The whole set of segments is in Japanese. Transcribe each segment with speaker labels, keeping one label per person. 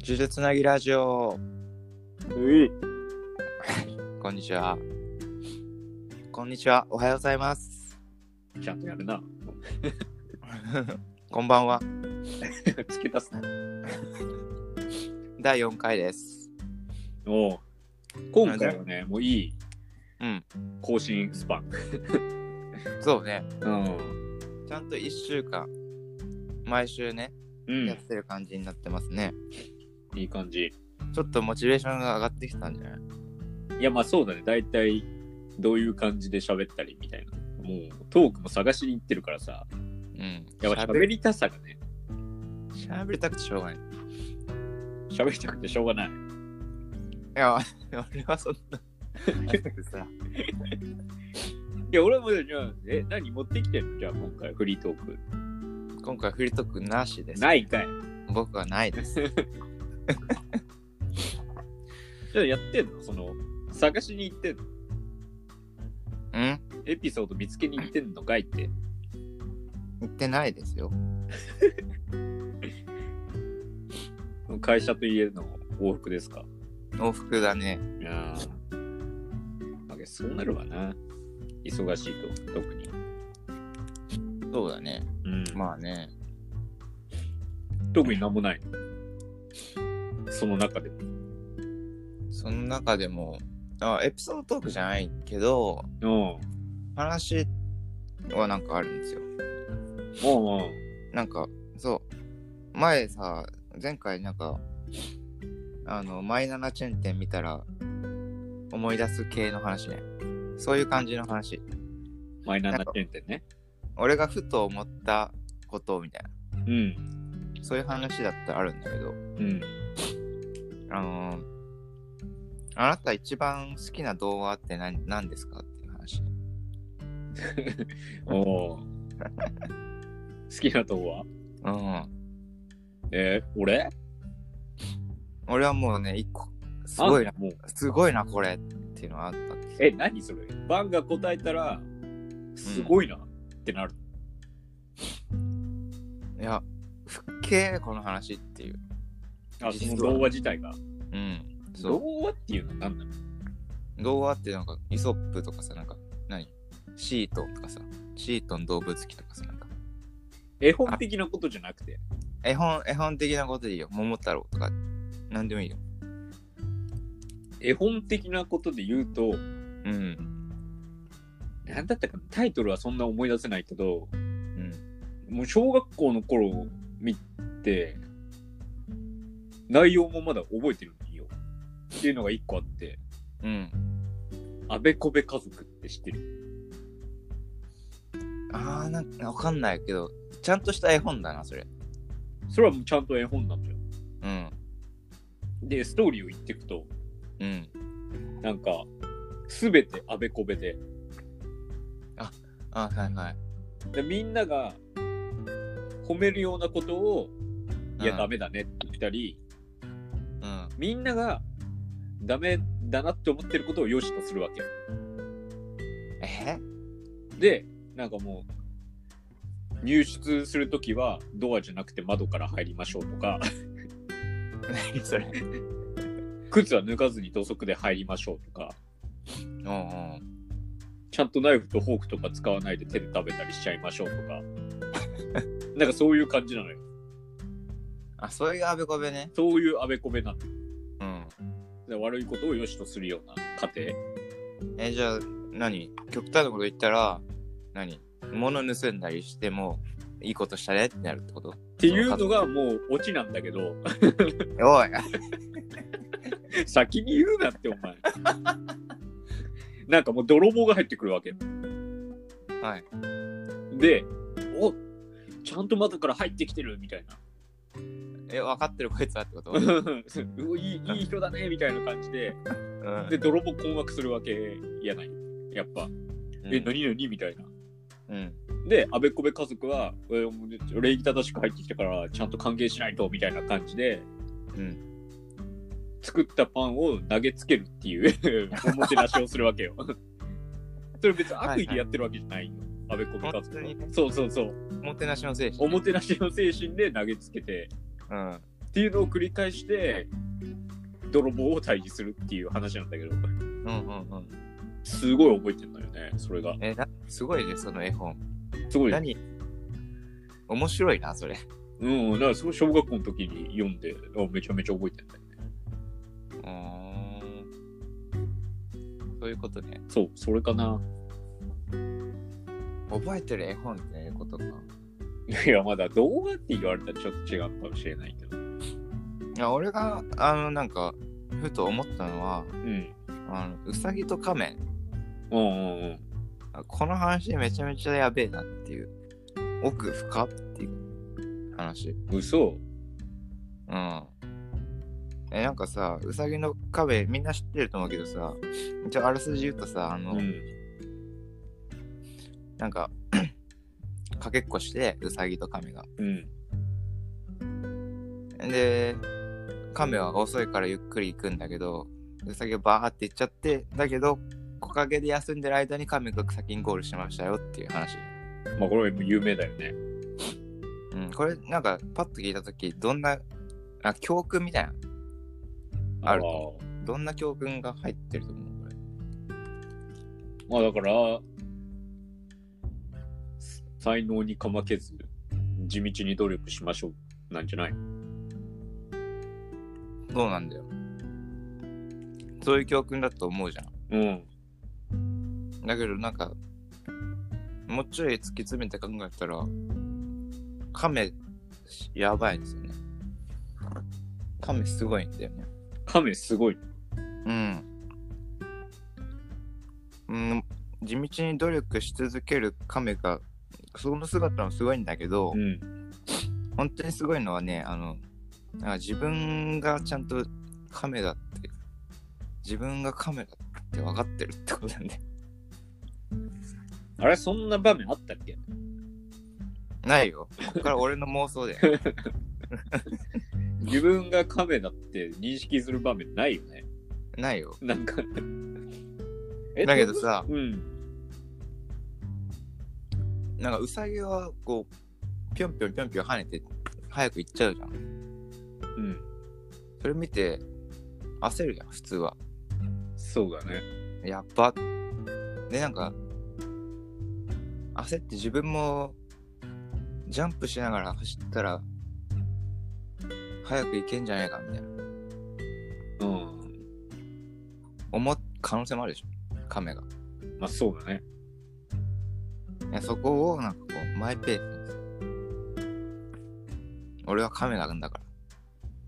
Speaker 1: 呪術つなぎラジオ
Speaker 2: うい
Speaker 1: こんにちはこんにちはおはようございます
Speaker 2: ちゃんとやる な。
Speaker 1: こんばんは
Speaker 2: 付け足すな。
Speaker 1: 第4回です
Speaker 2: おう今回はね、もういい
Speaker 1: うん
Speaker 2: 更新スパン。
Speaker 1: そうね
Speaker 2: うん。
Speaker 1: ちゃんと1週間毎週ね、
Speaker 2: うん
Speaker 1: やっ。てる感じになってますね
Speaker 2: いい感じ。
Speaker 1: ちょっとモチベーションが上がってきたんじゃない
Speaker 2: いや、まあそうだね。だいたいどういう感じで喋ったりみたいな。もうトークも探しに行ってるからさ。
Speaker 1: うん
Speaker 2: やっぱ喋
Speaker 1: り
Speaker 2: りたさがね、
Speaker 1: 喋りたくてしょうがないい
Speaker 2: 喋りたくてしょうがない。
Speaker 1: や 俺はそんなさ
Speaker 2: いや、俺もじゃあ、え、何持ってきてんのじゃあ今回フリートーク。
Speaker 1: 今回フリートークなしです
Speaker 2: ないかい。
Speaker 1: 僕はないです
Speaker 2: じゃあやってんのその、探しに行ってんの
Speaker 1: うん
Speaker 2: エピソード見つけに行ってんのかいって。
Speaker 1: 言ってないですよ
Speaker 2: 会社と家の往復ですか
Speaker 1: 往復だね
Speaker 2: いやーまあそうなるわな。忙しいと、特に。
Speaker 1: そうだね
Speaker 2: うんまあ、
Speaker 1: まあね
Speaker 2: 特になんもない。その中でも。
Speaker 1: その中でもあエピソードトークじゃないけど
Speaker 2: うん。
Speaker 1: 話はなんかあるんですよ
Speaker 2: うんうん。
Speaker 1: なんかそう前さ前回なんかあのマイナナチェーン店見たら思い出す系の話ねそういう感じの話
Speaker 2: マイナーな点でね。
Speaker 1: 俺がふと思ったことみたいな
Speaker 2: うん。
Speaker 1: そういう話だったらあるんだけど
Speaker 2: うん。
Speaker 1: あのーあなた一番好きな童話って何何ですかっていう話
Speaker 2: おお。好きなとこは
Speaker 1: うん
Speaker 2: えー、俺
Speaker 1: 俺はもうね一個すごいな
Speaker 2: あもう。
Speaker 1: すごいなこれっていうのがあったんです
Speaker 2: え、何それバンが答えたら、すごいな、ってなる。
Speaker 1: いやふっけえこの話っていう
Speaker 2: あ、その
Speaker 1: 実は
Speaker 2: 童話自体が。
Speaker 1: うんそ
Speaker 2: 童話っていうのは何なの
Speaker 1: う童話ってなんかイソップとかさなんか何シートンとかさシートン動物記とかさなんか
Speaker 2: 絵本的なことじゃなくて。
Speaker 1: 絵本絵本的なことでいいよ桃太郎とか何でもいいよ
Speaker 2: 絵本的なことで言うと、
Speaker 1: うん
Speaker 2: なんだったかなタイトルはそんな思い出せないけど、
Speaker 1: うん
Speaker 2: もう小学校の頃見て、内容もまだ覚えてるんよ。っていうのが一個あって、
Speaker 1: うん
Speaker 2: あべこべ家族って知ってる。
Speaker 1: あーなんかわかんないけどちゃんとした絵本だなそれ
Speaker 2: それはもうちゃんと絵本なんだよ。
Speaker 1: うん
Speaker 2: で、ストーリーを言っていくと、
Speaker 1: うん
Speaker 2: なんか、すべてあべこべで
Speaker 1: あはいはい
Speaker 2: で、みんなが褒めるようなことを、いや、
Speaker 1: うん
Speaker 2: ダメだねって言ったり、
Speaker 1: うん
Speaker 2: みんながダメだなって思ってることを良しとするわけ。
Speaker 1: え
Speaker 2: で、なんかもう、入室するときはドアじゃなくて窓から入りましょうとか、
Speaker 1: 何それ
Speaker 2: 靴は脱がずに土足で入りましょうとか、
Speaker 1: おう
Speaker 2: ちゃんとナイフとフォークとか使わないで手で食べたりしちゃいましょうとか、 なんかそういう感じなのよ。
Speaker 1: あそういうあべこべね
Speaker 2: そういうあべこべなの
Speaker 1: うん
Speaker 2: で悪いことを良しとするような家
Speaker 1: えじゃあ何極端なこと言ったら何物盗んだりしてもいいことしたねってなるってこと
Speaker 2: 庭っていうのがもうオチなんだけど、
Speaker 1: おい
Speaker 2: 先に言うなってお前。 なんかもう泥棒が入ってくるわけ。
Speaker 1: はい
Speaker 2: で、おちゃんと窓から入ってきてるみたいな。
Speaker 1: え分かってるこいつはって ことう
Speaker 2: うおいいいい人だねみたいな感じ
Speaker 1: ん
Speaker 2: で、で、泥棒困惑するわけやない。やっぱ、え、何何みたいな。
Speaker 1: うん
Speaker 2: で、あべこべ家族は、えもう礼儀正しく入ってきたから、ちゃんと歓迎しないとみたいな感じで、
Speaker 1: うん
Speaker 2: 作ったパンを投げつけるっていうおもてなしをするわけよ。それ別に悪意でやってるわけじゃないよ。あべこべ家
Speaker 1: 本当に
Speaker 2: 族
Speaker 1: ね
Speaker 2: は。そうそうそう。
Speaker 1: おもてなしの精神
Speaker 2: おもてなしの精神で投げつけて、
Speaker 1: うん
Speaker 2: っていうのを繰り返して、泥棒を退治するっていう話なんだけど、
Speaker 1: うんうんうん。
Speaker 2: すごい覚えてんだよね、それが。
Speaker 1: え、な、すごいね、その絵本。
Speaker 2: すごい。
Speaker 1: 何面白いな、それ。
Speaker 2: うん、だからその小学校の時に読んで、あめちゃめちゃ覚えてんだよね。
Speaker 1: うーん。そういうことね。
Speaker 2: そう、それかな。
Speaker 1: 覚えてる絵本っていうことか。
Speaker 2: いや、まだ動画って言われたらちょっと違うかもしれないけど。
Speaker 1: いや、俺が、あの、なんか、ふと思ったのは、
Speaker 2: うん。
Speaker 1: あの、うさぎと仮面。
Speaker 2: うんうんうん。
Speaker 1: あこの話めちゃめちゃやべえなっていう。奥深っていう話。う
Speaker 2: 嘘
Speaker 1: ん。え、なんかさ、うさぎの壁、みんな知ってると思うけどさ、一応あらすじ言うとさ、あ
Speaker 2: う
Speaker 1: の、
Speaker 2: ん。
Speaker 1: なんか、 かけっこして、うさぎと亀が。
Speaker 2: うん。
Speaker 1: で、亀は遅いからゆっくり行くんだけど、うさぎがバーって行っちゃって、だけど、木陰で休んでる間に亀が先にゴールしましたよっていう話。
Speaker 2: まあ、これも有名だよね。
Speaker 1: うん、これなんか、パッと聞いたとき、どんな、あ、教訓みたいな、あると思どんな教訓が入ってると思うこれ。
Speaker 2: あーまあ、だから、才能にかまけず、地道に努力しましょう。なんじゃない
Speaker 1: そうなんだよ。そういう教訓だと思うじゃん。
Speaker 2: うん。
Speaker 1: だけどなんか、もうちょい突き詰めて考えたら、亀、やばいですよね。亀すごいんだよね。
Speaker 2: 亀すごい。
Speaker 1: うん。うん、地道に努力し続ける亀が、その姿もすごいんだけど、
Speaker 2: うん。
Speaker 1: 本当にすごいのはね、あの、なんか自分がちゃんと亀だって、自分が亀だって分かってるってことなんで。
Speaker 2: あれ、そんな場面あったっけ
Speaker 1: ないよ。ここから俺の妄想で。
Speaker 2: 自分が亀だって認識する場面ないよね。
Speaker 1: ないよ。
Speaker 2: なんかえ
Speaker 1: だけど、さ、
Speaker 2: うん。
Speaker 1: なんかウサギはこう、ぴょんぴょんぴょんぴょん跳ねて、早く行っちゃうじゃん。
Speaker 2: うん。
Speaker 1: それ見て、焦るじゃん、普通は。
Speaker 2: そうだね。
Speaker 1: やっば。で、なんか、焦って自分も、ジャンプしながら走ったら、早く行けんじゃないか、みたいな。
Speaker 2: うん。
Speaker 1: 思う可能性もあるでしょ、亀が。
Speaker 2: まあそうだね。
Speaker 1: いやそこを、なんかこう、マイペースに。俺はカメラなんだか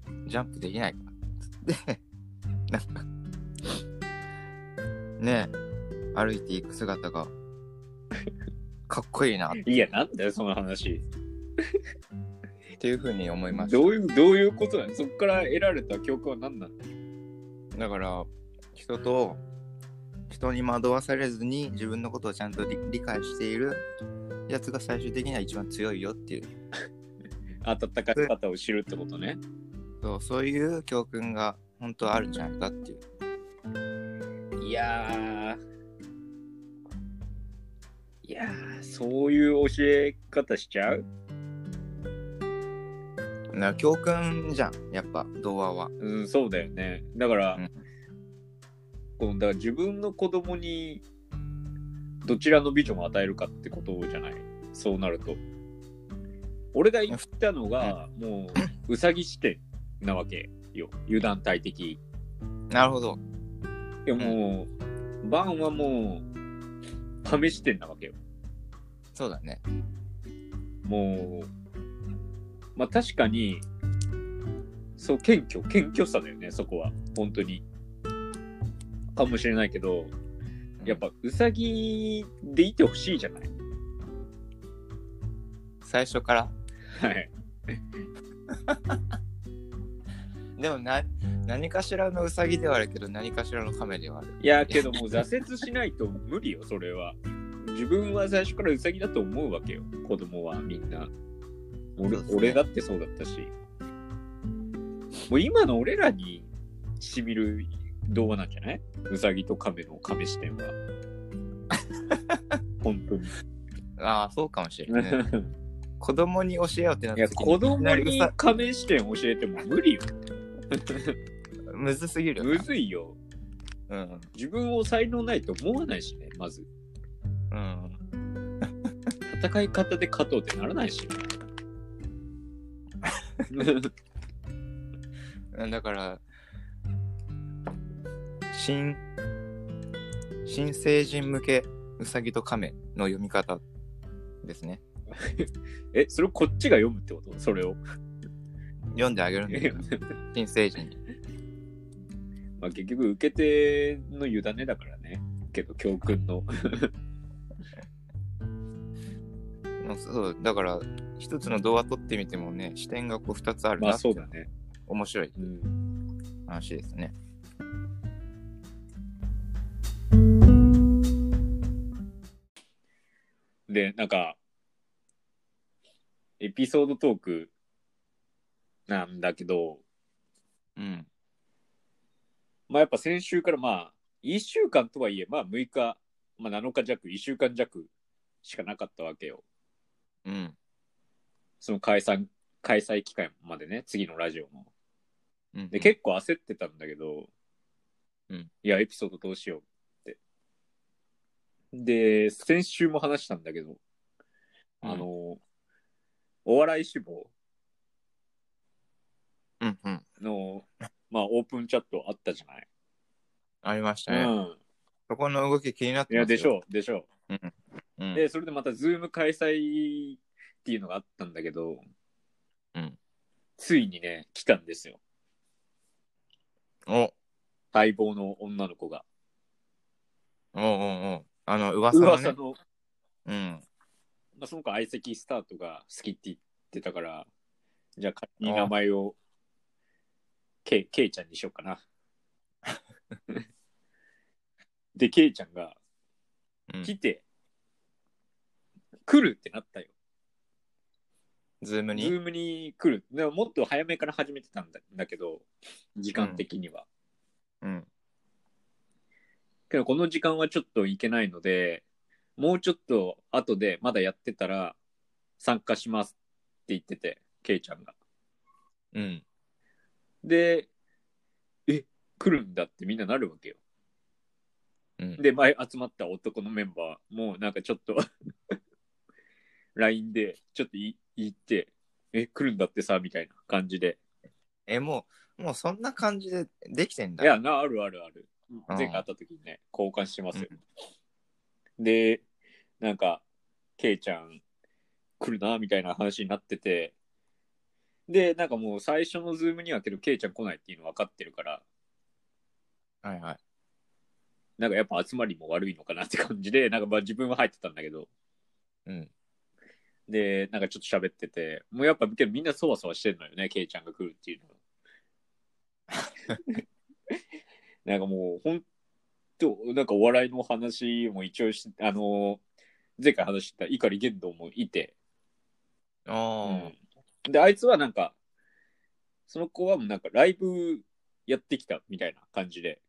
Speaker 1: ら。ジャンプできないから。つって、なんか、ねえ、歩いていく姿が、かっこいいな、っ
Speaker 2: いや、なんだよ、その話。
Speaker 1: ていうふうに思いまし
Speaker 2: どういう、どういうことだよ。そこから得られた教訓は何なんだ
Speaker 1: た。だから、人と、人に惑わされずに自分のことをちゃんと理理解しているやつが最終的には一番強いよっていう
Speaker 2: 温かい方を知るってことね。
Speaker 1: そうそういう教訓が本当はあるんじゃないかっていう。
Speaker 2: いやー。いやー、そういう教え方しちゃう
Speaker 1: な教訓じゃん、やっぱ童話は。
Speaker 2: うん、そうだよね。だから、
Speaker 1: うん
Speaker 2: こうだから自分の子供にどちらのビジョンを与えるかってことじゃない。そうなると。俺が言ったのが、もう、うさぎ視点なわけよ。油断大敵。
Speaker 1: なるほど。
Speaker 2: いや、もう、バンはもう、試視点なわけよ。
Speaker 1: そうだね。
Speaker 2: もう、まあ確かに、そう、謙虚、謙虚さだよね、そこは。本当に。かもしれないけど、やっぱ、うさぎでいてほしいじゃない
Speaker 1: 最初から。
Speaker 2: はい。
Speaker 1: でもな、何かしらのウサギではあるけど、何かしらのカメではある。
Speaker 2: いや、けどもう挫折しないと無理よ、それは。自分は最初からうさぎだと思うわけよ、子供はみんな。俺
Speaker 1: そうですね
Speaker 2: 俺だってそうだったし。もう今の俺らにしみる動画なんじゃないうさぎと亀の亀 視点は。本当に。
Speaker 1: ああ、そうかもしれない、ね。子供に教えようってなっ
Speaker 2: い
Speaker 1: た
Speaker 2: や、
Speaker 1: 時
Speaker 2: 子供
Speaker 1: いき
Speaker 2: に
Speaker 1: なり
Speaker 2: 亀試験教えても無理よ。
Speaker 1: さむずすぎるよ
Speaker 2: む
Speaker 1: な
Speaker 2: ずいよ。
Speaker 1: うん
Speaker 2: 自分を才能ないと思わないしね、まず。
Speaker 1: うん
Speaker 2: 戦い方で勝とうってならないしね。
Speaker 1: うんだから新新成人向けうさぎと亀の読み方ですね
Speaker 2: え、それこっちが読むってことそれを。
Speaker 1: 読んであげるんだけど新成人に
Speaker 2: まあ結局、受け手の委ねだからね。けど、教訓の。
Speaker 1: うんそうだから一つの動画撮ってみてもね視点がこう二つある
Speaker 2: ま
Speaker 1: な
Speaker 2: あ
Speaker 1: って
Speaker 2: そうだね。
Speaker 1: 面白い
Speaker 2: うん。
Speaker 1: 話ですね
Speaker 2: で、なんか、エピソードトークなんだけど、
Speaker 1: うん
Speaker 2: まあやっぱ先週からまあ、1週間とはいえ、まあ6日、まあ7日弱、1週間弱しかなかったわけよ。
Speaker 1: うん
Speaker 2: その解散、開催期間までね、次のラジオも。
Speaker 1: うん
Speaker 2: で、結構焦ってたんだけど、
Speaker 1: うん
Speaker 2: いや、エピソードどうしようって。で、先週も話したんだけど、あの、お笑い志望
Speaker 1: うんうん
Speaker 2: の、まあ、オープンチャットあったじゃない。
Speaker 1: ありましたね、
Speaker 2: うん。
Speaker 1: そこの動き気になっ
Speaker 2: い
Speaker 1: て
Speaker 2: や、
Speaker 1: ますよ
Speaker 2: でしょう、でしょ
Speaker 1: う
Speaker 2: う。
Speaker 1: ん、
Speaker 2: で、それでまた、ズーム開催っていうのがあったんだけど、
Speaker 1: うん
Speaker 2: ついにね、来たんですよ。
Speaker 1: お
Speaker 2: 待望の女の子が。
Speaker 1: おうおうおうあの噂の
Speaker 2: 噂
Speaker 1: ね
Speaker 2: の、
Speaker 1: うん
Speaker 2: まあ、その子相席スタートが好きって言ってたから、じゃあ仮に名前を、けい、けいちゃんにしようかな。 で、けいちゃんが
Speaker 1: うん
Speaker 2: 来て、来るってなったよ。
Speaker 1: ズーム
Speaker 2: ズ
Speaker 1: に
Speaker 2: ームに来る。でももっと早めから始めてたんだだけど、時間的には。
Speaker 1: うん
Speaker 2: けど、この時間はちょっといけないので、もうちょっと後でまだやってたら参加しますって言ってて、けいちゃんが。
Speaker 1: うん
Speaker 2: で、え、来るんだってみんななるわけよ。
Speaker 1: うん
Speaker 2: で、前集まった男のメンバーも、なんかちょっと、LINE で、ちょっとい言って、え、来るんだってさ、みたいな感じで。
Speaker 1: えもうもうそんな感じでできてん
Speaker 2: い
Speaker 1: だ
Speaker 2: や、な、あるあるある。
Speaker 1: うん
Speaker 2: 前回会った時にね、交換してますよ。で、なんか、ケイちゃん来るな、みたいな話になってて、で、なんかもう最初のズームにはけど、ケイちゃん来ないっていうの分かってるから、
Speaker 1: はいはい
Speaker 2: なんかやっぱ集まりも悪いのかなって感じで、なんか まあ自分は入ってたんだけど、
Speaker 1: うん
Speaker 2: で、なんかちょっと喋ってて、もうやっぱけどみんなそわそわしてんのよね、ケイちゃんが来るっていうのは。 なんかもう、ほんと、なんかお笑いの話も一応し、あの、前回話してた碇玄道もいて、
Speaker 1: あー
Speaker 2: うんで、あいつはなんか、その子はもうなんかライブやってきたみたいな感じで、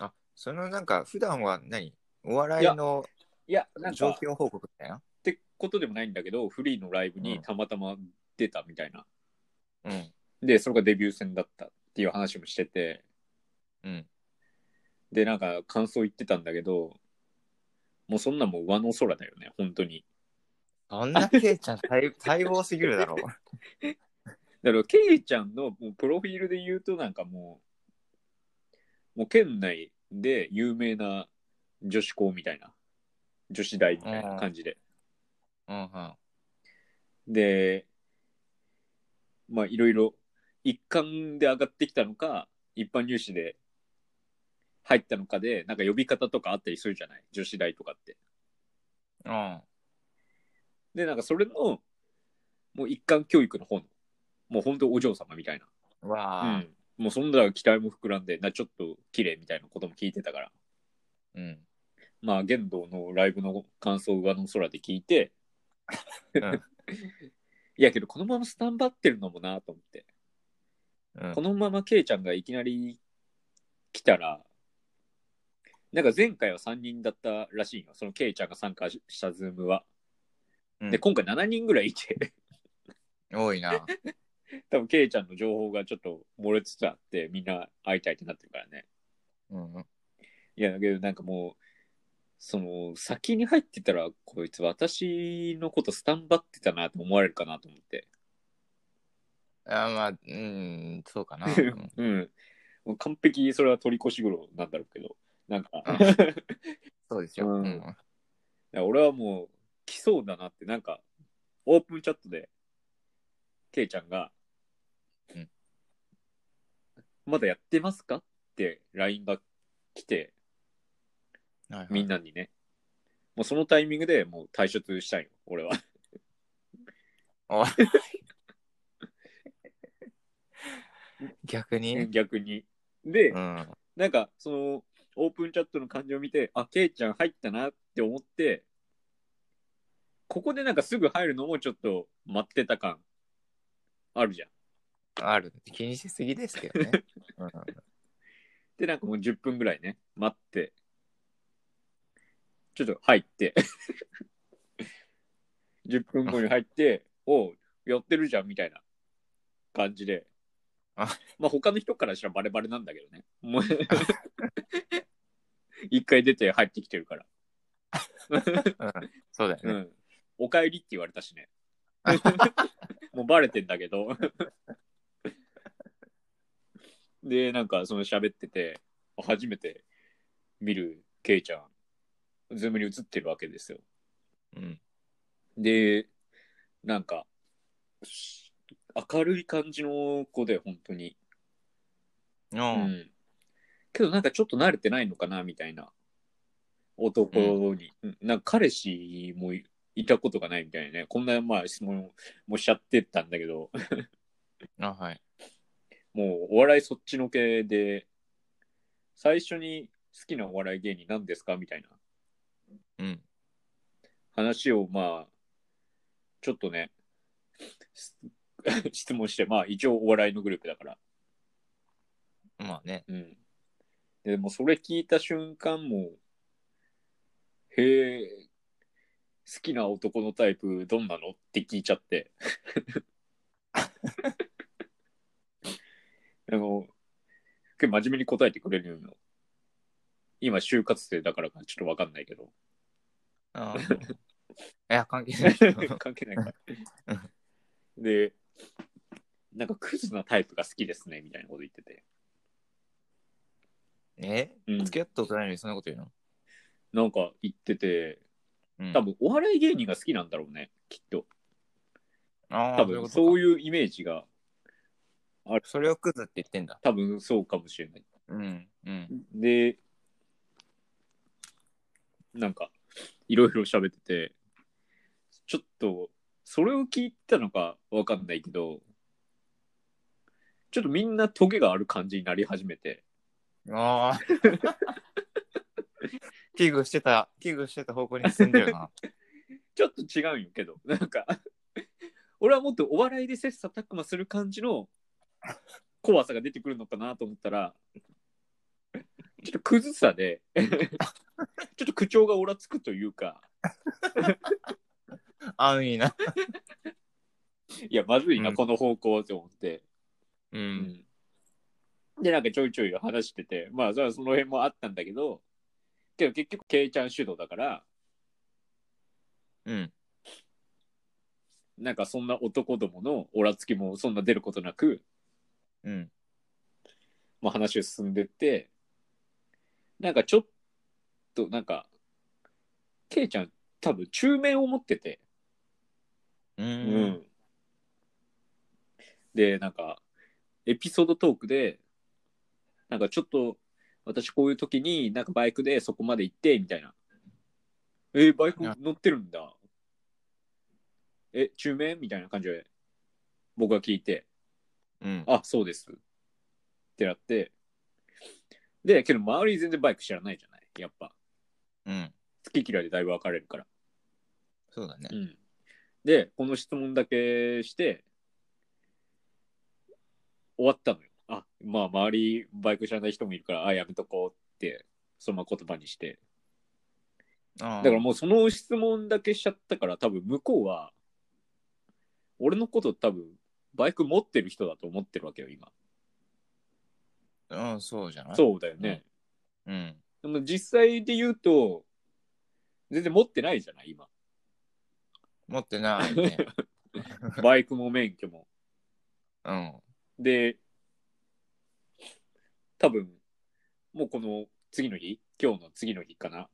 Speaker 1: あそのなんか普段は何お笑いの
Speaker 2: いや、なん
Speaker 1: 状
Speaker 2: か、
Speaker 1: 況報告みたいな
Speaker 2: ってことでもないんだけど、フリーのライブにたまたま出たみたいな。
Speaker 1: うん
Speaker 2: で、それがデビュー戦だったっていう話もしてて、
Speaker 1: うん
Speaker 2: で、なんか感想言ってたんだけど、もうそんなんもう上の空だよね、本当に。
Speaker 1: そんなケイちゃん 待待望すぎるだろう
Speaker 2: だから、ケイちゃんのもうプロフィールで言うと、なんかもう、もう県内で有名な女子校みたいな、女子大みたいな感じで。
Speaker 1: うんうん
Speaker 2: で、まあいろいろ一貫で上がってきたのか、一般入試で入ったのかで、なんか呼び方とかあったりするじゃない女子大とかって。
Speaker 1: うん
Speaker 2: で、なんかそれの、もう一貫教育の方の、もう本当お嬢様みたいな。う
Speaker 1: わあ
Speaker 2: ん。もうそんな期待も膨らんで、なちょっと綺麗みたいなことも聞いてたから。
Speaker 1: う ん
Speaker 2: まあ、玄道のライブの感想を上の空で聞いて、
Speaker 1: うん
Speaker 2: いやけどこのままスタンバってるのもなと思って。
Speaker 1: うん
Speaker 2: このままケイちゃんがいきなり来たら、なんか前回は3人だったらしいよ。そのケイちゃんが参加したズームは。
Speaker 1: うん
Speaker 2: で、今回7人ぐらいいて、
Speaker 1: 多いな。
Speaker 2: 多分ケイちゃんの情報がちょっと漏れつつあって、みんな会いたいってなってるからね。
Speaker 1: うん。
Speaker 2: いや、だけどなんかもう、その、先に入ってたら、こいつ私のことスタンバってたなって思われるかなと思って。
Speaker 1: あまあ、うん、そう かな。うん
Speaker 2: うん。もう完璧にそれは取り越し頃なんだろうけど、なんか、
Speaker 1: うんそうですよ。
Speaker 2: う
Speaker 1: うんん。
Speaker 2: いや俺はもう来そうだなってなんかオープンチャットでケイちゃんが、
Speaker 1: うん
Speaker 2: まだやってますか?」って LINE が来て
Speaker 1: はいは
Speaker 2: みん
Speaker 1: い
Speaker 2: なにねもうそのタイミングでもう退職したいよ俺は
Speaker 1: 逆に。
Speaker 2: 逆にで、
Speaker 1: うん。
Speaker 2: なんかそのオープンチャットの感じを見てあケイちゃん入ったなって思ってここでなんかすぐ入るのもちょっと待ってた感あるじゃん
Speaker 1: ある。気にしすぎですけどね。うん
Speaker 2: で、なんかもう10分ぐらいね、待って、ちょっと入って、10分後に入って、おう、寄ってるじゃんみたいな感じで、
Speaker 1: あ
Speaker 2: まあ他の人からしたらバレバレなんだけどね。もう 一回出て入ってきてるから。
Speaker 1: うん。そうだ
Speaker 2: う
Speaker 1: よね。
Speaker 2: ん。お帰りって言われたしね。 もうバレてんだけど。で、なんかその喋ってて、初めて見るケイちゃん、ズームに映ってるわけですよ。
Speaker 1: うん。
Speaker 2: で、なんか、明るい感じの子で、本当に。う
Speaker 1: うん。
Speaker 2: ん。けどなんかちょっと慣れてないのかな、みたいな。男に。うんなんか彼氏もいいたことがないみたいなね。こんな、まあ、質問もしちゃってたんだけど、
Speaker 1: あ、はい。
Speaker 2: もうお笑いそっちのけで、最初に好きなお笑い芸人何ですかみたいな
Speaker 1: うん。
Speaker 2: 話を、まあ、ちょっとね、す 質問して、まあ、一応お笑いのグループだから。
Speaker 1: まあね。
Speaker 2: うん。でもうそれ聞いた瞬間もう、へえ、好きな男のタイプどんなのって聞いちゃって。 あの、結構真面目に答えてくれるの。今、就活生だからかちょっとわかんないけど。
Speaker 1: あーいや、関係ないけど。
Speaker 2: 関係ないから。で、なんかクズなタイプが好きですね、みたいなこと言ってて。
Speaker 1: え
Speaker 2: うん
Speaker 1: 付き合ったことないのにそんなこと言うの
Speaker 2: なんか言ってて、
Speaker 1: うん
Speaker 2: 多分お笑い芸人が好きなんだろうね、きっと。
Speaker 1: ああ、
Speaker 2: 多
Speaker 1: そういうこと
Speaker 2: 分そう
Speaker 1: か
Speaker 2: いうイメージが
Speaker 1: それをクズって言ってんだ。
Speaker 2: 多分そうかもしれない。
Speaker 1: うん。うん。
Speaker 2: で、なんかいろいろ喋ってて、ちょっとそれを聞いたのかわかんないけど、ちょっとみんなトゲがある感じになり始めて、
Speaker 1: ああ。 危惧してた、危惧してた方向に進んでる な。
Speaker 2: ちょっと違うんよけど、なんか俺はもっとお笑いで切磋琢磨する感じの怖さが出てくるのかなと思ったら、ちょっとクズさで、ちょっと口調がおらつくというか、
Speaker 1: 安易な。
Speaker 2: いや、まずいな、
Speaker 1: うん
Speaker 2: この方向って思って。
Speaker 1: う。
Speaker 2: うんで、なんかちょいちょい話してて、まあ、それはその辺もあったんだけど、けど結局、ケイちゃん主導だから、
Speaker 1: うん。
Speaker 2: なんかそんな男どものおらつきもそんな出ることなく、
Speaker 1: うん。
Speaker 2: まあ、話を進んでって、なんかちょっと、なんか、ケイちゃん多分中面を持ってて、
Speaker 1: う。
Speaker 2: うんで、なんか、エピソードトークで、なんかちょっと、私こういう時に、なんかバイクでそこまで行って、みたいな。えーバイク乗ってるんだ。え、中面みたいな感じで、僕が聞いて、
Speaker 1: うん。
Speaker 2: あ、そうです。ってなって、で、けど周り全然バイク知らないじゃないやっぱ。
Speaker 1: うん。
Speaker 2: 好き嫌いでだいぶ分かれるから。
Speaker 1: そうだね
Speaker 2: う。ん、で、この質問だけして、終わったのよ。あ、まあ、周り、バイク知らない人もいるから、あ、やめとこうって、そのまま言葉にして。
Speaker 1: だ
Speaker 2: だからもうその質問だけしちゃったから多分向こうは俺のこと多分バイク持ってる人だと思ってるわけよ今
Speaker 1: うん、そうじゃない
Speaker 2: そうだよね、
Speaker 1: う。うん。
Speaker 2: でも実際で言うと全然持ってないじゃない今
Speaker 1: 持ってないね。
Speaker 2: バイクも免許も
Speaker 1: うん。
Speaker 2: で多分もうこの次の日今日の次の日かな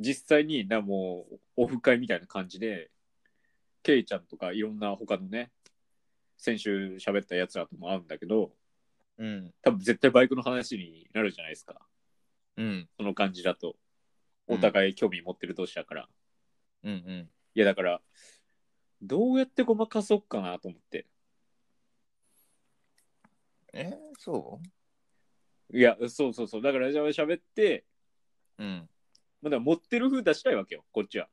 Speaker 2: 実際になもうオフ会みたいな感じでケイちゃんとかいろんな他のね先週喋ったやつらとも会うんだけど
Speaker 1: うん。
Speaker 2: 多分絶対バイクの話になるじゃないですか
Speaker 1: うん。
Speaker 2: その感じだと
Speaker 1: うん
Speaker 2: お互い興味持ってる同士だから、い
Speaker 1: うん。うん。
Speaker 2: やだからどうやってごまかそうかなと思って
Speaker 1: えそ
Speaker 2: いやそうそうそうだからじゃあ喋って、
Speaker 1: ううん。
Speaker 2: まあ、だから持ってる風出したいわけよこっちは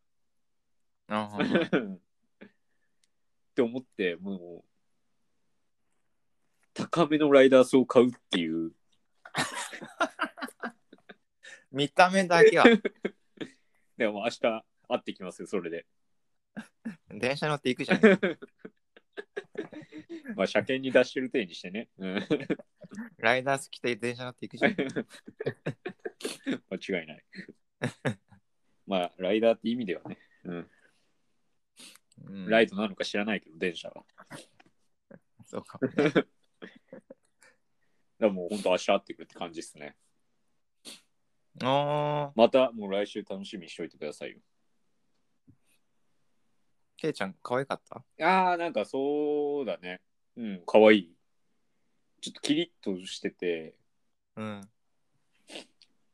Speaker 1: あはいはい
Speaker 2: って思って、もう、高めのライダースを買うっていう、
Speaker 1: 見た目だ けは、
Speaker 2: でもう明日会ってきますよ、それで。
Speaker 1: 電車乗っていくじゃん。
Speaker 2: まあ、車検に出してる体にしてね。うん
Speaker 1: ライダース着て電車乗っていくじゃん。
Speaker 2: 間違いない。まあ、ライダーって意味ではね、
Speaker 1: うん、
Speaker 2: ライトなのか知らないけど、電車は。だか
Speaker 1: そうかもね。
Speaker 2: らもう本当明日会ってくるって感じですね。
Speaker 1: あー、
Speaker 2: また、もう来週楽しみにしといてくださいよ。
Speaker 1: ケイちゃん可愛かった
Speaker 2: ああ、なんかそうだね。うん、かわいい。ちょっとキリッとしてて、
Speaker 1: うん。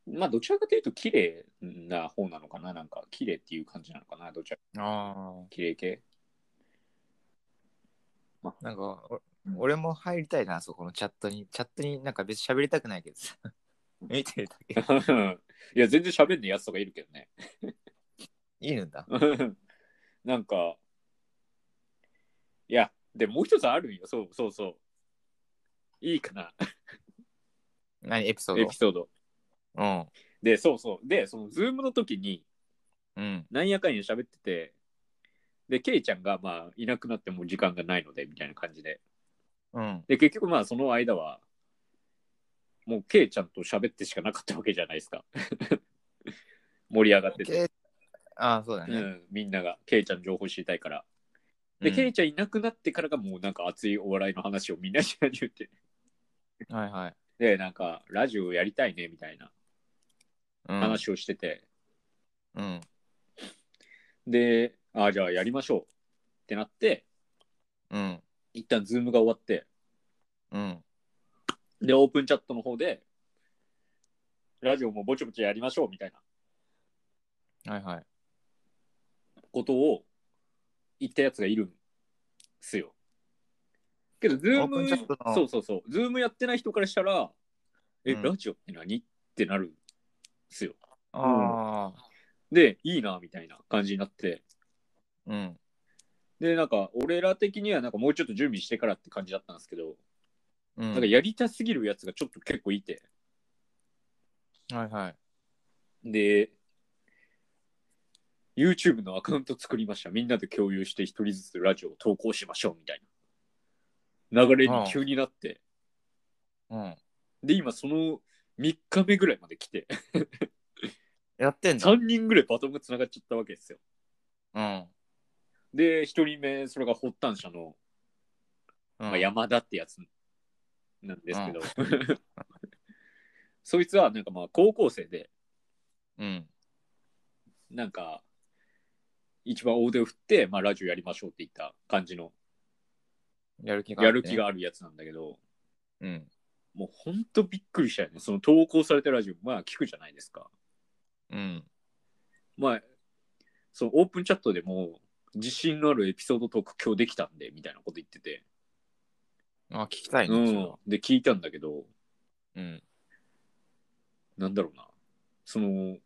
Speaker 2: まあ、どちらかというと、綺麗な方なのかななんか、綺麗っていう感じなのかなどちらか、
Speaker 1: あ
Speaker 2: 綺麗系
Speaker 1: ー、なんか、お俺も入りたいな、そこのチャットに。チャットになんか別に喋りたくないけどさ。 見てるだけ。
Speaker 2: いや、全然喋んねえやつとかいるけどね。
Speaker 1: いいんだ。
Speaker 2: なんか、いや、でもう一つあるんよ。そうそうそう。いいかな
Speaker 1: 何エピソー
Speaker 2: エピソード。
Speaker 1: ド
Speaker 2: で、そうそう。で、その、ズームの時に、
Speaker 1: うん。うん。
Speaker 2: なんやかんや喋ってて、で、ケイちゃんが、まあ、いなくなってもう時間がないので、みたいな感じで。
Speaker 1: うん。
Speaker 2: で、結局まあその間は、もうケイちゃんと喋ってしかなかったわけじゃないですか。 盛り上がってて、
Speaker 1: ケイああ、そうだ
Speaker 2: う
Speaker 1: ね。
Speaker 2: ん、みんながケイちゃんの情報知りたいから。で、
Speaker 1: うん
Speaker 2: ケイちゃんいなくなってからがもうなんか熱いお笑いの話をみんなし始めて。
Speaker 1: はいはい。
Speaker 2: で、なんかラジオやりたいねみたいな
Speaker 1: うん。
Speaker 2: 話をしてて、
Speaker 1: うん。
Speaker 2: で、あじゃあやりましょうってなって、
Speaker 1: うん。
Speaker 2: 一旦ズームが終わって、
Speaker 1: うん。
Speaker 2: で、オープンチャットの方で、ラジオもぼちぼちやりましょうみたいな
Speaker 1: はいはい。
Speaker 2: ことを言ったやつがいるんすよ。けど、ズー
Speaker 1: オープンチャット
Speaker 2: ム、
Speaker 1: の
Speaker 2: そうそうそう、ズームやってない人からしたら、え、
Speaker 1: うん
Speaker 2: ラジオって何ってなるんすよ。
Speaker 1: ああ。
Speaker 2: で、いいな、みたいな感じになって、
Speaker 1: うん。
Speaker 2: で、なんか、俺ら的には、なんかもうちょっと準備してからって感じだったんですけど、
Speaker 1: うん。
Speaker 2: なんかやりたすぎるやつがちょっと結構いて、
Speaker 1: はいはい。
Speaker 2: で、YouTube のアカウント作りました。みんなで共有して一人ずつラジオを投稿しましょうみたいな流れに急になって、
Speaker 1: うん。
Speaker 2: で、今その3日目ぐらいまで 来て、
Speaker 1: やってんだ。
Speaker 2: 3人ぐらいバトンが繋がっちゃったわけですよ。
Speaker 1: うん。
Speaker 2: で、1人目、それが発端者の、
Speaker 1: う
Speaker 2: ま
Speaker 1: ん
Speaker 2: あ、山田ってやつなんですけど、 そいつはなんかまあ高校生で、
Speaker 1: うん。
Speaker 2: なんか、一番大手を振って、まあラジオやりましょうって言った感じの、
Speaker 1: やる気があ
Speaker 2: や
Speaker 1: ってね
Speaker 2: る気。があるやつなんだけど、
Speaker 1: うん。
Speaker 2: もうほんとびっくりしたよね。その投稿されたラジオ、まあ聞くじゃないですか。
Speaker 1: うん。
Speaker 2: まあ、そのオープンチャットでも、自信のあるエピソードトーク今日できたんで、みたいなこと言ってて。
Speaker 1: あ、聞きたいうね。それ
Speaker 2: ん
Speaker 1: は。
Speaker 2: で、聞いたんだけど、
Speaker 1: うん。
Speaker 2: なんだろうな。その、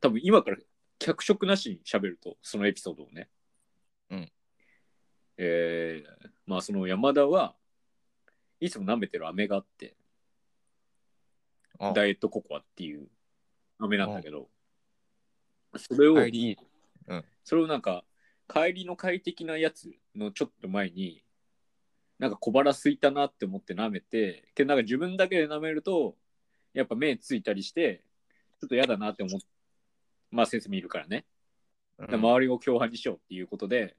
Speaker 2: 多分今から脚色なしに喋ると、そのエピソードをね。
Speaker 1: うん。
Speaker 2: えー、まあその山田はいつも舐めてる飴があって、
Speaker 1: あ
Speaker 2: ダイエットココアっていう飴なんだけど、それを、
Speaker 1: 帰りいい。
Speaker 2: それをなんか、帰りの快適なやつのちょっと前に、なんか小腹空いたなって思って舐めて、けどなんか自分だけで舐めると、やっぱ目ついたりして、ちょっと嫌だなって思って、まあ先生もいるからね。
Speaker 1: うん
Speaker 2: で周りを共犯にしようっていうことで、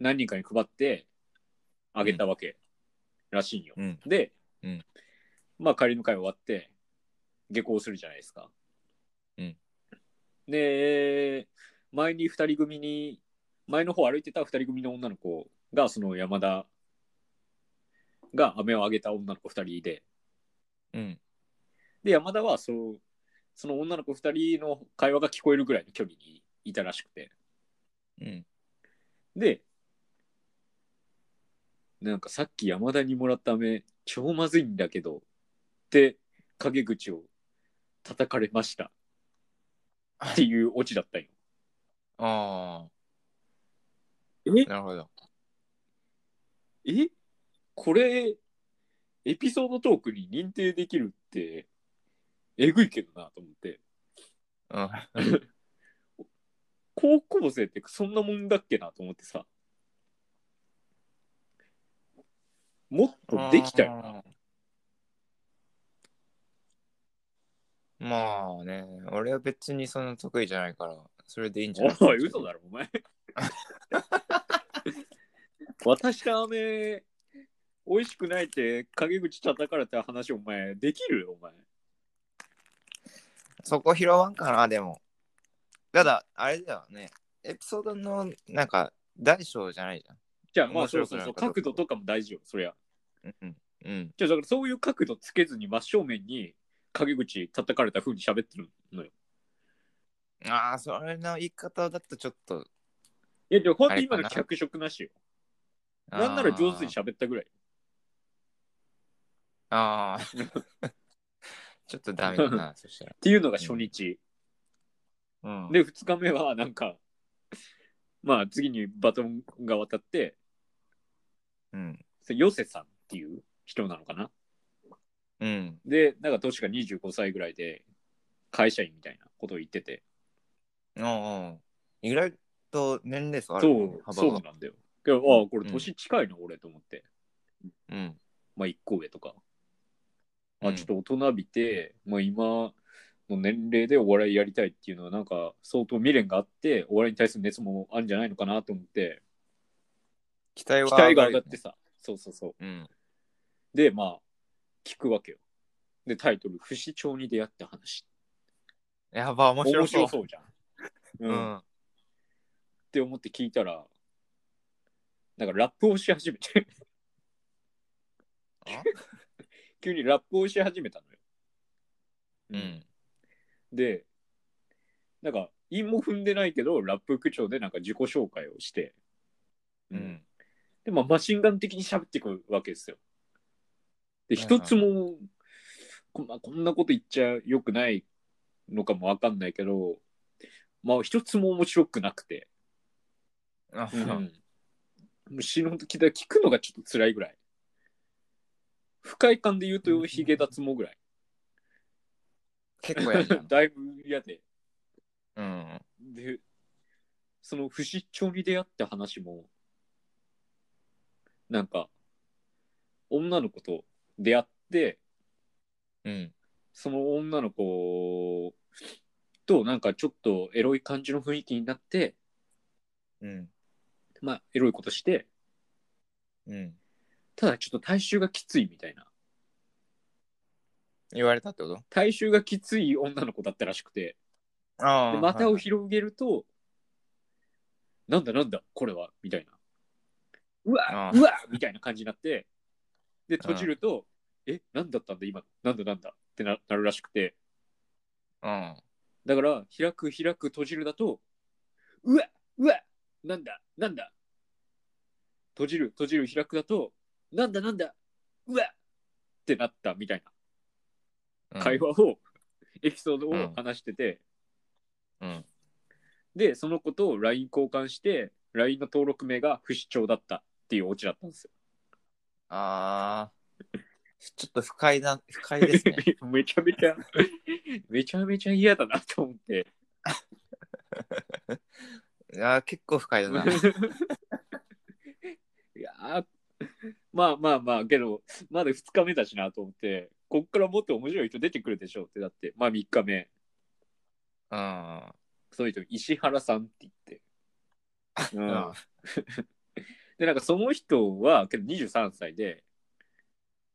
Speaker 2: 何人かに配ってあげたわけらしいんよ。
Speaker 1: うん。
Speaker 2: で、
Speaker 1: うん
Speaker 2: まあ仮の会終わって、下校するじゃないですか。
Speaker 1: うん
Speaker 2: で、前に2人組に、前の方歩いてた2人組の女の子が、その山田が飴をあげた女の子2人で、
Speaker 1: うん。
Speaker 2: で、山田はその、その女の子2人の会話が聞こえるぐらいの距離にいたらしくて。
Speaker 1: うん。
Speaker 2: で、なんかさっき山田にもらった飴、超まずいんだけど、って陰口を叩かれました。っていうオチだったよ。
Speaker 1: あ
Speaker 2: え
Speaker 1: あ、なるほど。
Speaker 2: えこれ、エピソードトークに認定できるって、えぐいけどなと思って。
Speaker 1: うん。
Speaker 2: 高校生ってそんなもんだっけなと思ってさ。もっとできたよな。
Speaker 1: あーまあね、俺は別にそんな得意じゃないから、それでいいんじゃない
Speaker 2: おい、嘘だろ、お前。私の飴、美味しくないって、陰口叩かれた話、お前、できるお前。
Speaker 1: そこ拾わんかな、でも。ただ、あれだよね、エピソードの、なんか、大小じゃないじ
Speaker 2: じゃあ、まあ、
Speaker 1: 面
Speaker 2: そ
Speaker 1: 白
Speaker 2: うそ
Speaker 1: く
Speaker 2: う
Speaker 1: ない
Speaker 2: そう、
Speaker 1: かどうか
Speaker 2: 角度とかも大事よ、そりゃ。
Speaker 1: ゃん。うん。うん。
Speaker 2: じゃあ、だからそういう角度つけずに真正面に、陰口叩かれた風に喋ってるのよ。
Speaker 1: ああ、それの言い方だとちょっと。
Speaker 2: いや、じゃあ、ほんと
Speaker 1: あれか
Speaker 2: 今
Speaker 1: な
Speaker 2: の脚色なしよ。なんなら上手に喋ったぐらい。
Speaker 1: あーあ ー。ちょっとダメだな、そしたら
Speaker 2: っていうのが初日。。
Speaker 1: うん、
Speaker 2: で、2日目は、なんか、まあ、次にバトンが渡って、
Speaker 1: うん。
Speaker 2: それヨセさんっていう人なのかな
Speaker 1: うん。
Speaker 2: で、なんか年が25歳ぐらいで、会社員みたいなことを言ってて。
Speaker 1: うんうん。意外と年齢差ある
Speaker 2: そ
Speaker 1: ね、
Speaker 2: う、
Speaker 1: 幅
Speaker 2: そ
Speaker 1: が
Speaker 2: うなんだよ。けど、ああ、これ年近いの、俺と思って。
Speaker 1: うん。
Speaker 2: まあ、一個上とか。
Speaker 1: う
Speaker 2: あ、
Speaker 1: ん
Speaker 2: ちょっと大人びて、まあ、今の年齢でお笑いやりたいっていうのは、なんか、相当未練があって、お笑いに対する熱もあるんじゃないのかなと思って、
Speaker 1: 期待は
Speaker 2: 期待が
Speaker 1: る
Speaker 2: 上が
Speaker 1: よ
Speaker 2: ってさ。そうそうそう。
Speaker 1: うん。
Speaker 2: で、まあ、聞くわけよ。で、タイトル、不死鳥に出会った話。
Speaker 1: やば、面白
Speaker 2: 面
Speaker 1: そう。
Speaker 2: 白そうじゃん。
Speaker 1: う
Speaker 2: うん
Speaker 1: ん。
Speaker 2: って思って聞いたら、なんかラップをし始めて
Speaker 1: あ。
Speaker 2: 急にラップをし始めた
Speaker 1: う
Speaker 2: のよ。
Speaker 1: ん。
Speaker 2: で、なんか、韻も踏んでないけど、ラップ口調でなんか自己紹介をして、
Speaker 1: うん。
Speaker 2: で、まあ、マシンガン的に喋っていくわけですよ。で、
Speaker 1: はいはい
Speaker 2: 一つも、こんなこんなこと言っちゃよくないのかもわかんないけど、まあ、一つも面白くなくて、
Speaker 1: あ
Speaker 2: うん、死ぬほど聞いた聞くのがちょっと辛いぐらい。不快感で言うとヒゲ脱毛ぐらい。
Speaker 1: 結構やる
Speaker 2: だいぶ嫌で。
Speaker 1: な。うん。
Speaker 2: で、その不死鳥に出会った話も、なんか、女の子と出会って、
Speaker 1: うん。
Speaker 2: その女の子となんかちょっとエロい感じの雰囲気になって、
Speaker 1: うん。
Speaker 2: まあエロいことして、
Speaker 1: うん。
Speaker 2: ただちょっと体臭がきついみたいな。
Speaker 1: 言われたってこと
Speaker 2: 体臭がきつい女の子だったらしくて、
Speaker 1: あ
Speaker 2: で
Speaker 1: あ。
Speaker 2: 股を
Speaker 1: はい
Speaker 2: 広げると、なんだなんだこれはみたいな。うわ
Speaker 1: あー
Speaker 2: うわみたいな感じになって、で、閉じると、え、なんだったんだ今、なんだなんだってななるらしくて、
Speaker 1: はい
Speaker 2: だから、開く開く閉じるだと、うわうわなんだなんだ閉じる閉じる開くだと、なんだなんだうわってなったみたい
Speaker 1: うん。
Speaker 2: な会話を、エピソードを話してて、
Speaker 1: うん。
Speaker 2: で、その子と LINE 交換して、LINE の登録名が不死鳥だったっていうオチだったんですよ。
Speaker 1: ああ。ちょっと不 快な、不快ですね。
Speaker 2: めちゃめちゃ、めちゃめちゃ嫌だなと思って。
Speaker 1: いやー結構深い よな。
Speaker 2: いやーまあまあまあけどまだ2日目だしなと思ってこっからもっと面白い人出てくるでしょうってだってまあ3日目
Speaker 1: うん。
Speaker 2: その人石原さんって言って、
Speaker 1: う
Speaker 2: う
Speaker 1: んん、
Speaker 2: でなんかその人はけど23歳で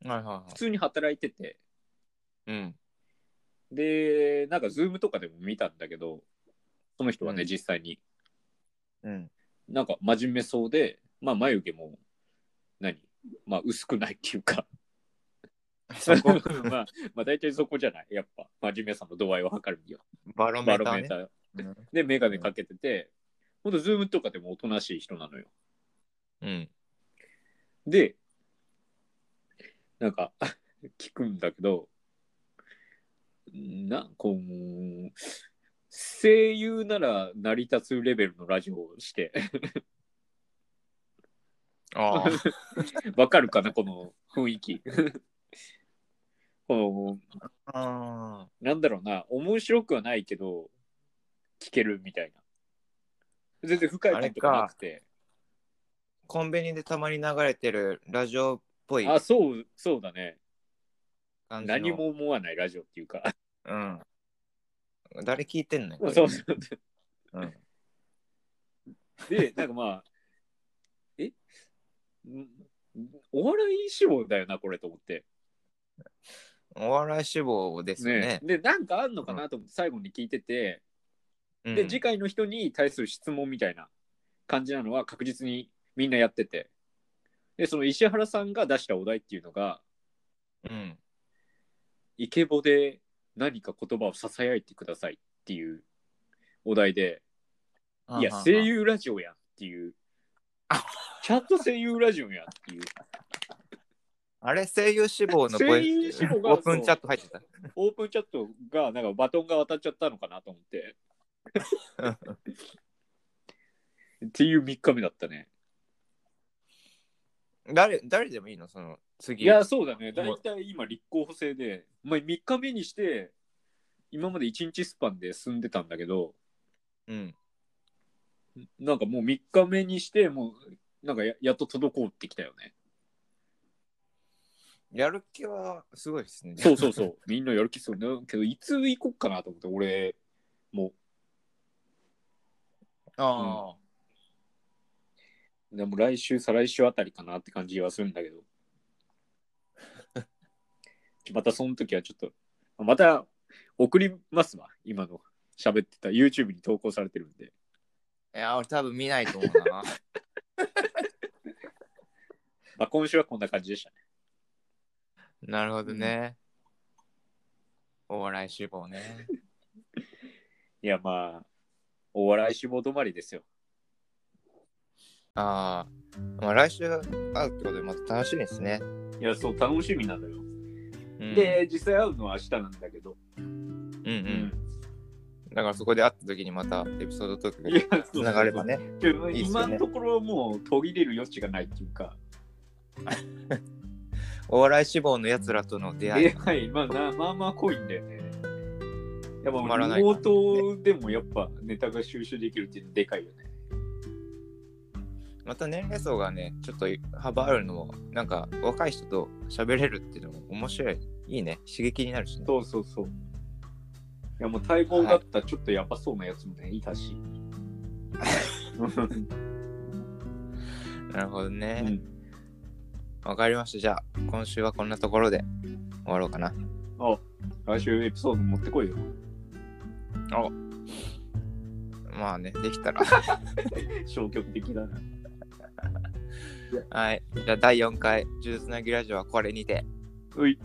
Speaker 1: はいはいは
Speaker 2: 普通に働いてて
Speaker 1: い。うん。
Speaker 2: でなんかズームとかでも見たんだけどその人はね、
Speaker 1: うん
Speaker 2: 実際に
Speaker 1: うん。
Speaker 2: なんか真面目そうでまあ眉毛も何まあ薄くないっていうか
Speaker 1: そこ、
Speaker 2: まあ、まあ大体そこじゃない。やっぱ、真面目さの度合いを測るには。
Speaker 1: バロメ
Speaker 2: バ
Speaker 1: ー
Speaker 2: ロ
Speaker 1: ター、
Speaker 2: メ
Speaker 1: ね
Speaker 2: ータ。ー。
Speaker 1: うん
Speaker 2: で、メガネかけてて、ほんと、ズームとかでもおとなしい人なのよ。
Speaker 1: うん。
Speaker 2: で、なんか、 聞くんだけど、な、こう、声優なら成り立つレベルのラジオをして、
Speaker 1: ああ。
Speaker 2: わかるかな、この雰囲気。 この、
Speaker 1: あ
Speaker 2: なんだろうな、面白くはないけど、聞けるみたいな。全然深いことがなくて。
Speaker 1: ーコンビニでたまに流れてるラジオっぽい
Speaker 2: あそう、そうだね。
Speaker 1: 感じの。
Speaker 2: 何も思わないラジオっていうか。
Speaker 1: うん。誰聞いてんのよこれ
Speaker 2: そうそう。
Speaker 1: うん
Speaker 2: で、なんかまあ、えんお笑い志望だよな、これと思って。
Speaker 1: お笑い志望ですね。
Speaker 2: ねで、なんかあんのかなと思って最後に聞いてて、
Speaker 1: うん
Speaker 2: で、次回の人に対する質問みたいな感じなのは確実にみんなやってて。で、その石原さんが出したお題っていうのが、
Speaker 1: うん。
Speaker 2: イケボで何か言葉をささやいてくださいっていうお題で、いや、声優ラジオやんっ ていう
Speaker 1: あ。
Speaker 2: ちゃんと声優ラジオやんっていう。
Speaker 1: あれ、声優志望のボ
Speaker 2: 声優
Speaker 1: イ
Speaker 2: 志
Speaker 1: ス
Speaker 2: 望が
Speaker 1: オープンチャット入ってた。
Speaker 2: オープンチャットが、なんかバトンが渡っちゃったのかなと 思って。 っていう3日目だったね。
Speaker 1: 誰誰でもいいのその次。
Speaker 2: いや、そうだね。だいたい今立候補制で、まあ、3日目にして、今まで1日スパンで進んでたんだけど、
Speaker 1: うん。
Speaker 2: なんかもう3日目にして、もう、なんかややっと滞ってきたよね。
Speaker 1: やる気はすごいですね。
Speaker 2: そうそうそう。 みんなやる気そうだけど、いつ行こっかなと思って、俺も。
Speaker 1: あ
Speaker 2: でも来週、再来週あたりかなって感じはするんだけど。 またその時はちょっと、また送りますわ。今の喋ってた YouTube に投稿されてるんで。
Speaker 1: あ。いや、俺多分見ないと思う な。
Speaker 2: まあ、今週はこんな感じでしたね。
Speaker 1: なるほどね。お笑い志望ね。
Speaker 2: いや、まあ、お笑い志望止まりですよ。
Speaker 1: ああ。まあ来週会うってことでまた楽しみですね。
Speaker 2: いや、そう、楽しみなのよ。
Speaker 1: うん、
Speaker 2: で、実際会うのは明日なんだけど。
Speaker 1: うんうん。だからそこで会った時にまたエピソードトーク
Speaker 2: いや
Speaker 1: が、つながればね。
Speaker 2: そうそうそう。
Speaker 1: いいっすよね
Speaker 2: 今のところもう途切れる余地がないっていうか、
Speaker 1: お笑い志望のやつらとの出会い
Speaker 2: 出
Speaker 1: が。
Speaker 2: 会い、まあな、まあまあ濃いんだよね。やっぱ
Speaker 1: 止まらない
Speaker 2: リモートでもやっぱネタが収集できるっていうのでかいよね。
Speaker 1: また年齢層がね、ちょっと幅あるのも、なんか若い人と喋れるっていうのも面白い。いいね。刺激になるしね。
Speaker 2: そうそうそう。いやもう待望だったちょっとやばそうなやつ もね、いたし。
Speaker 1: なるほど
Speaker 2: う
Speaker 1: ね。
Speaker 2: ん
Speaker 1: わ、かりました。じゃあ、今週はこんなところで終わろうかな。
Speaker 2: あ、来週エピソード持ってこいよ。
Speaker 1: まあね、できたら。
Speaker 2: 消極的だな。
Speaker 1: はい。じゃあ、第4回、呪術なぎラジオはこれにて。
Speaker 2: うい。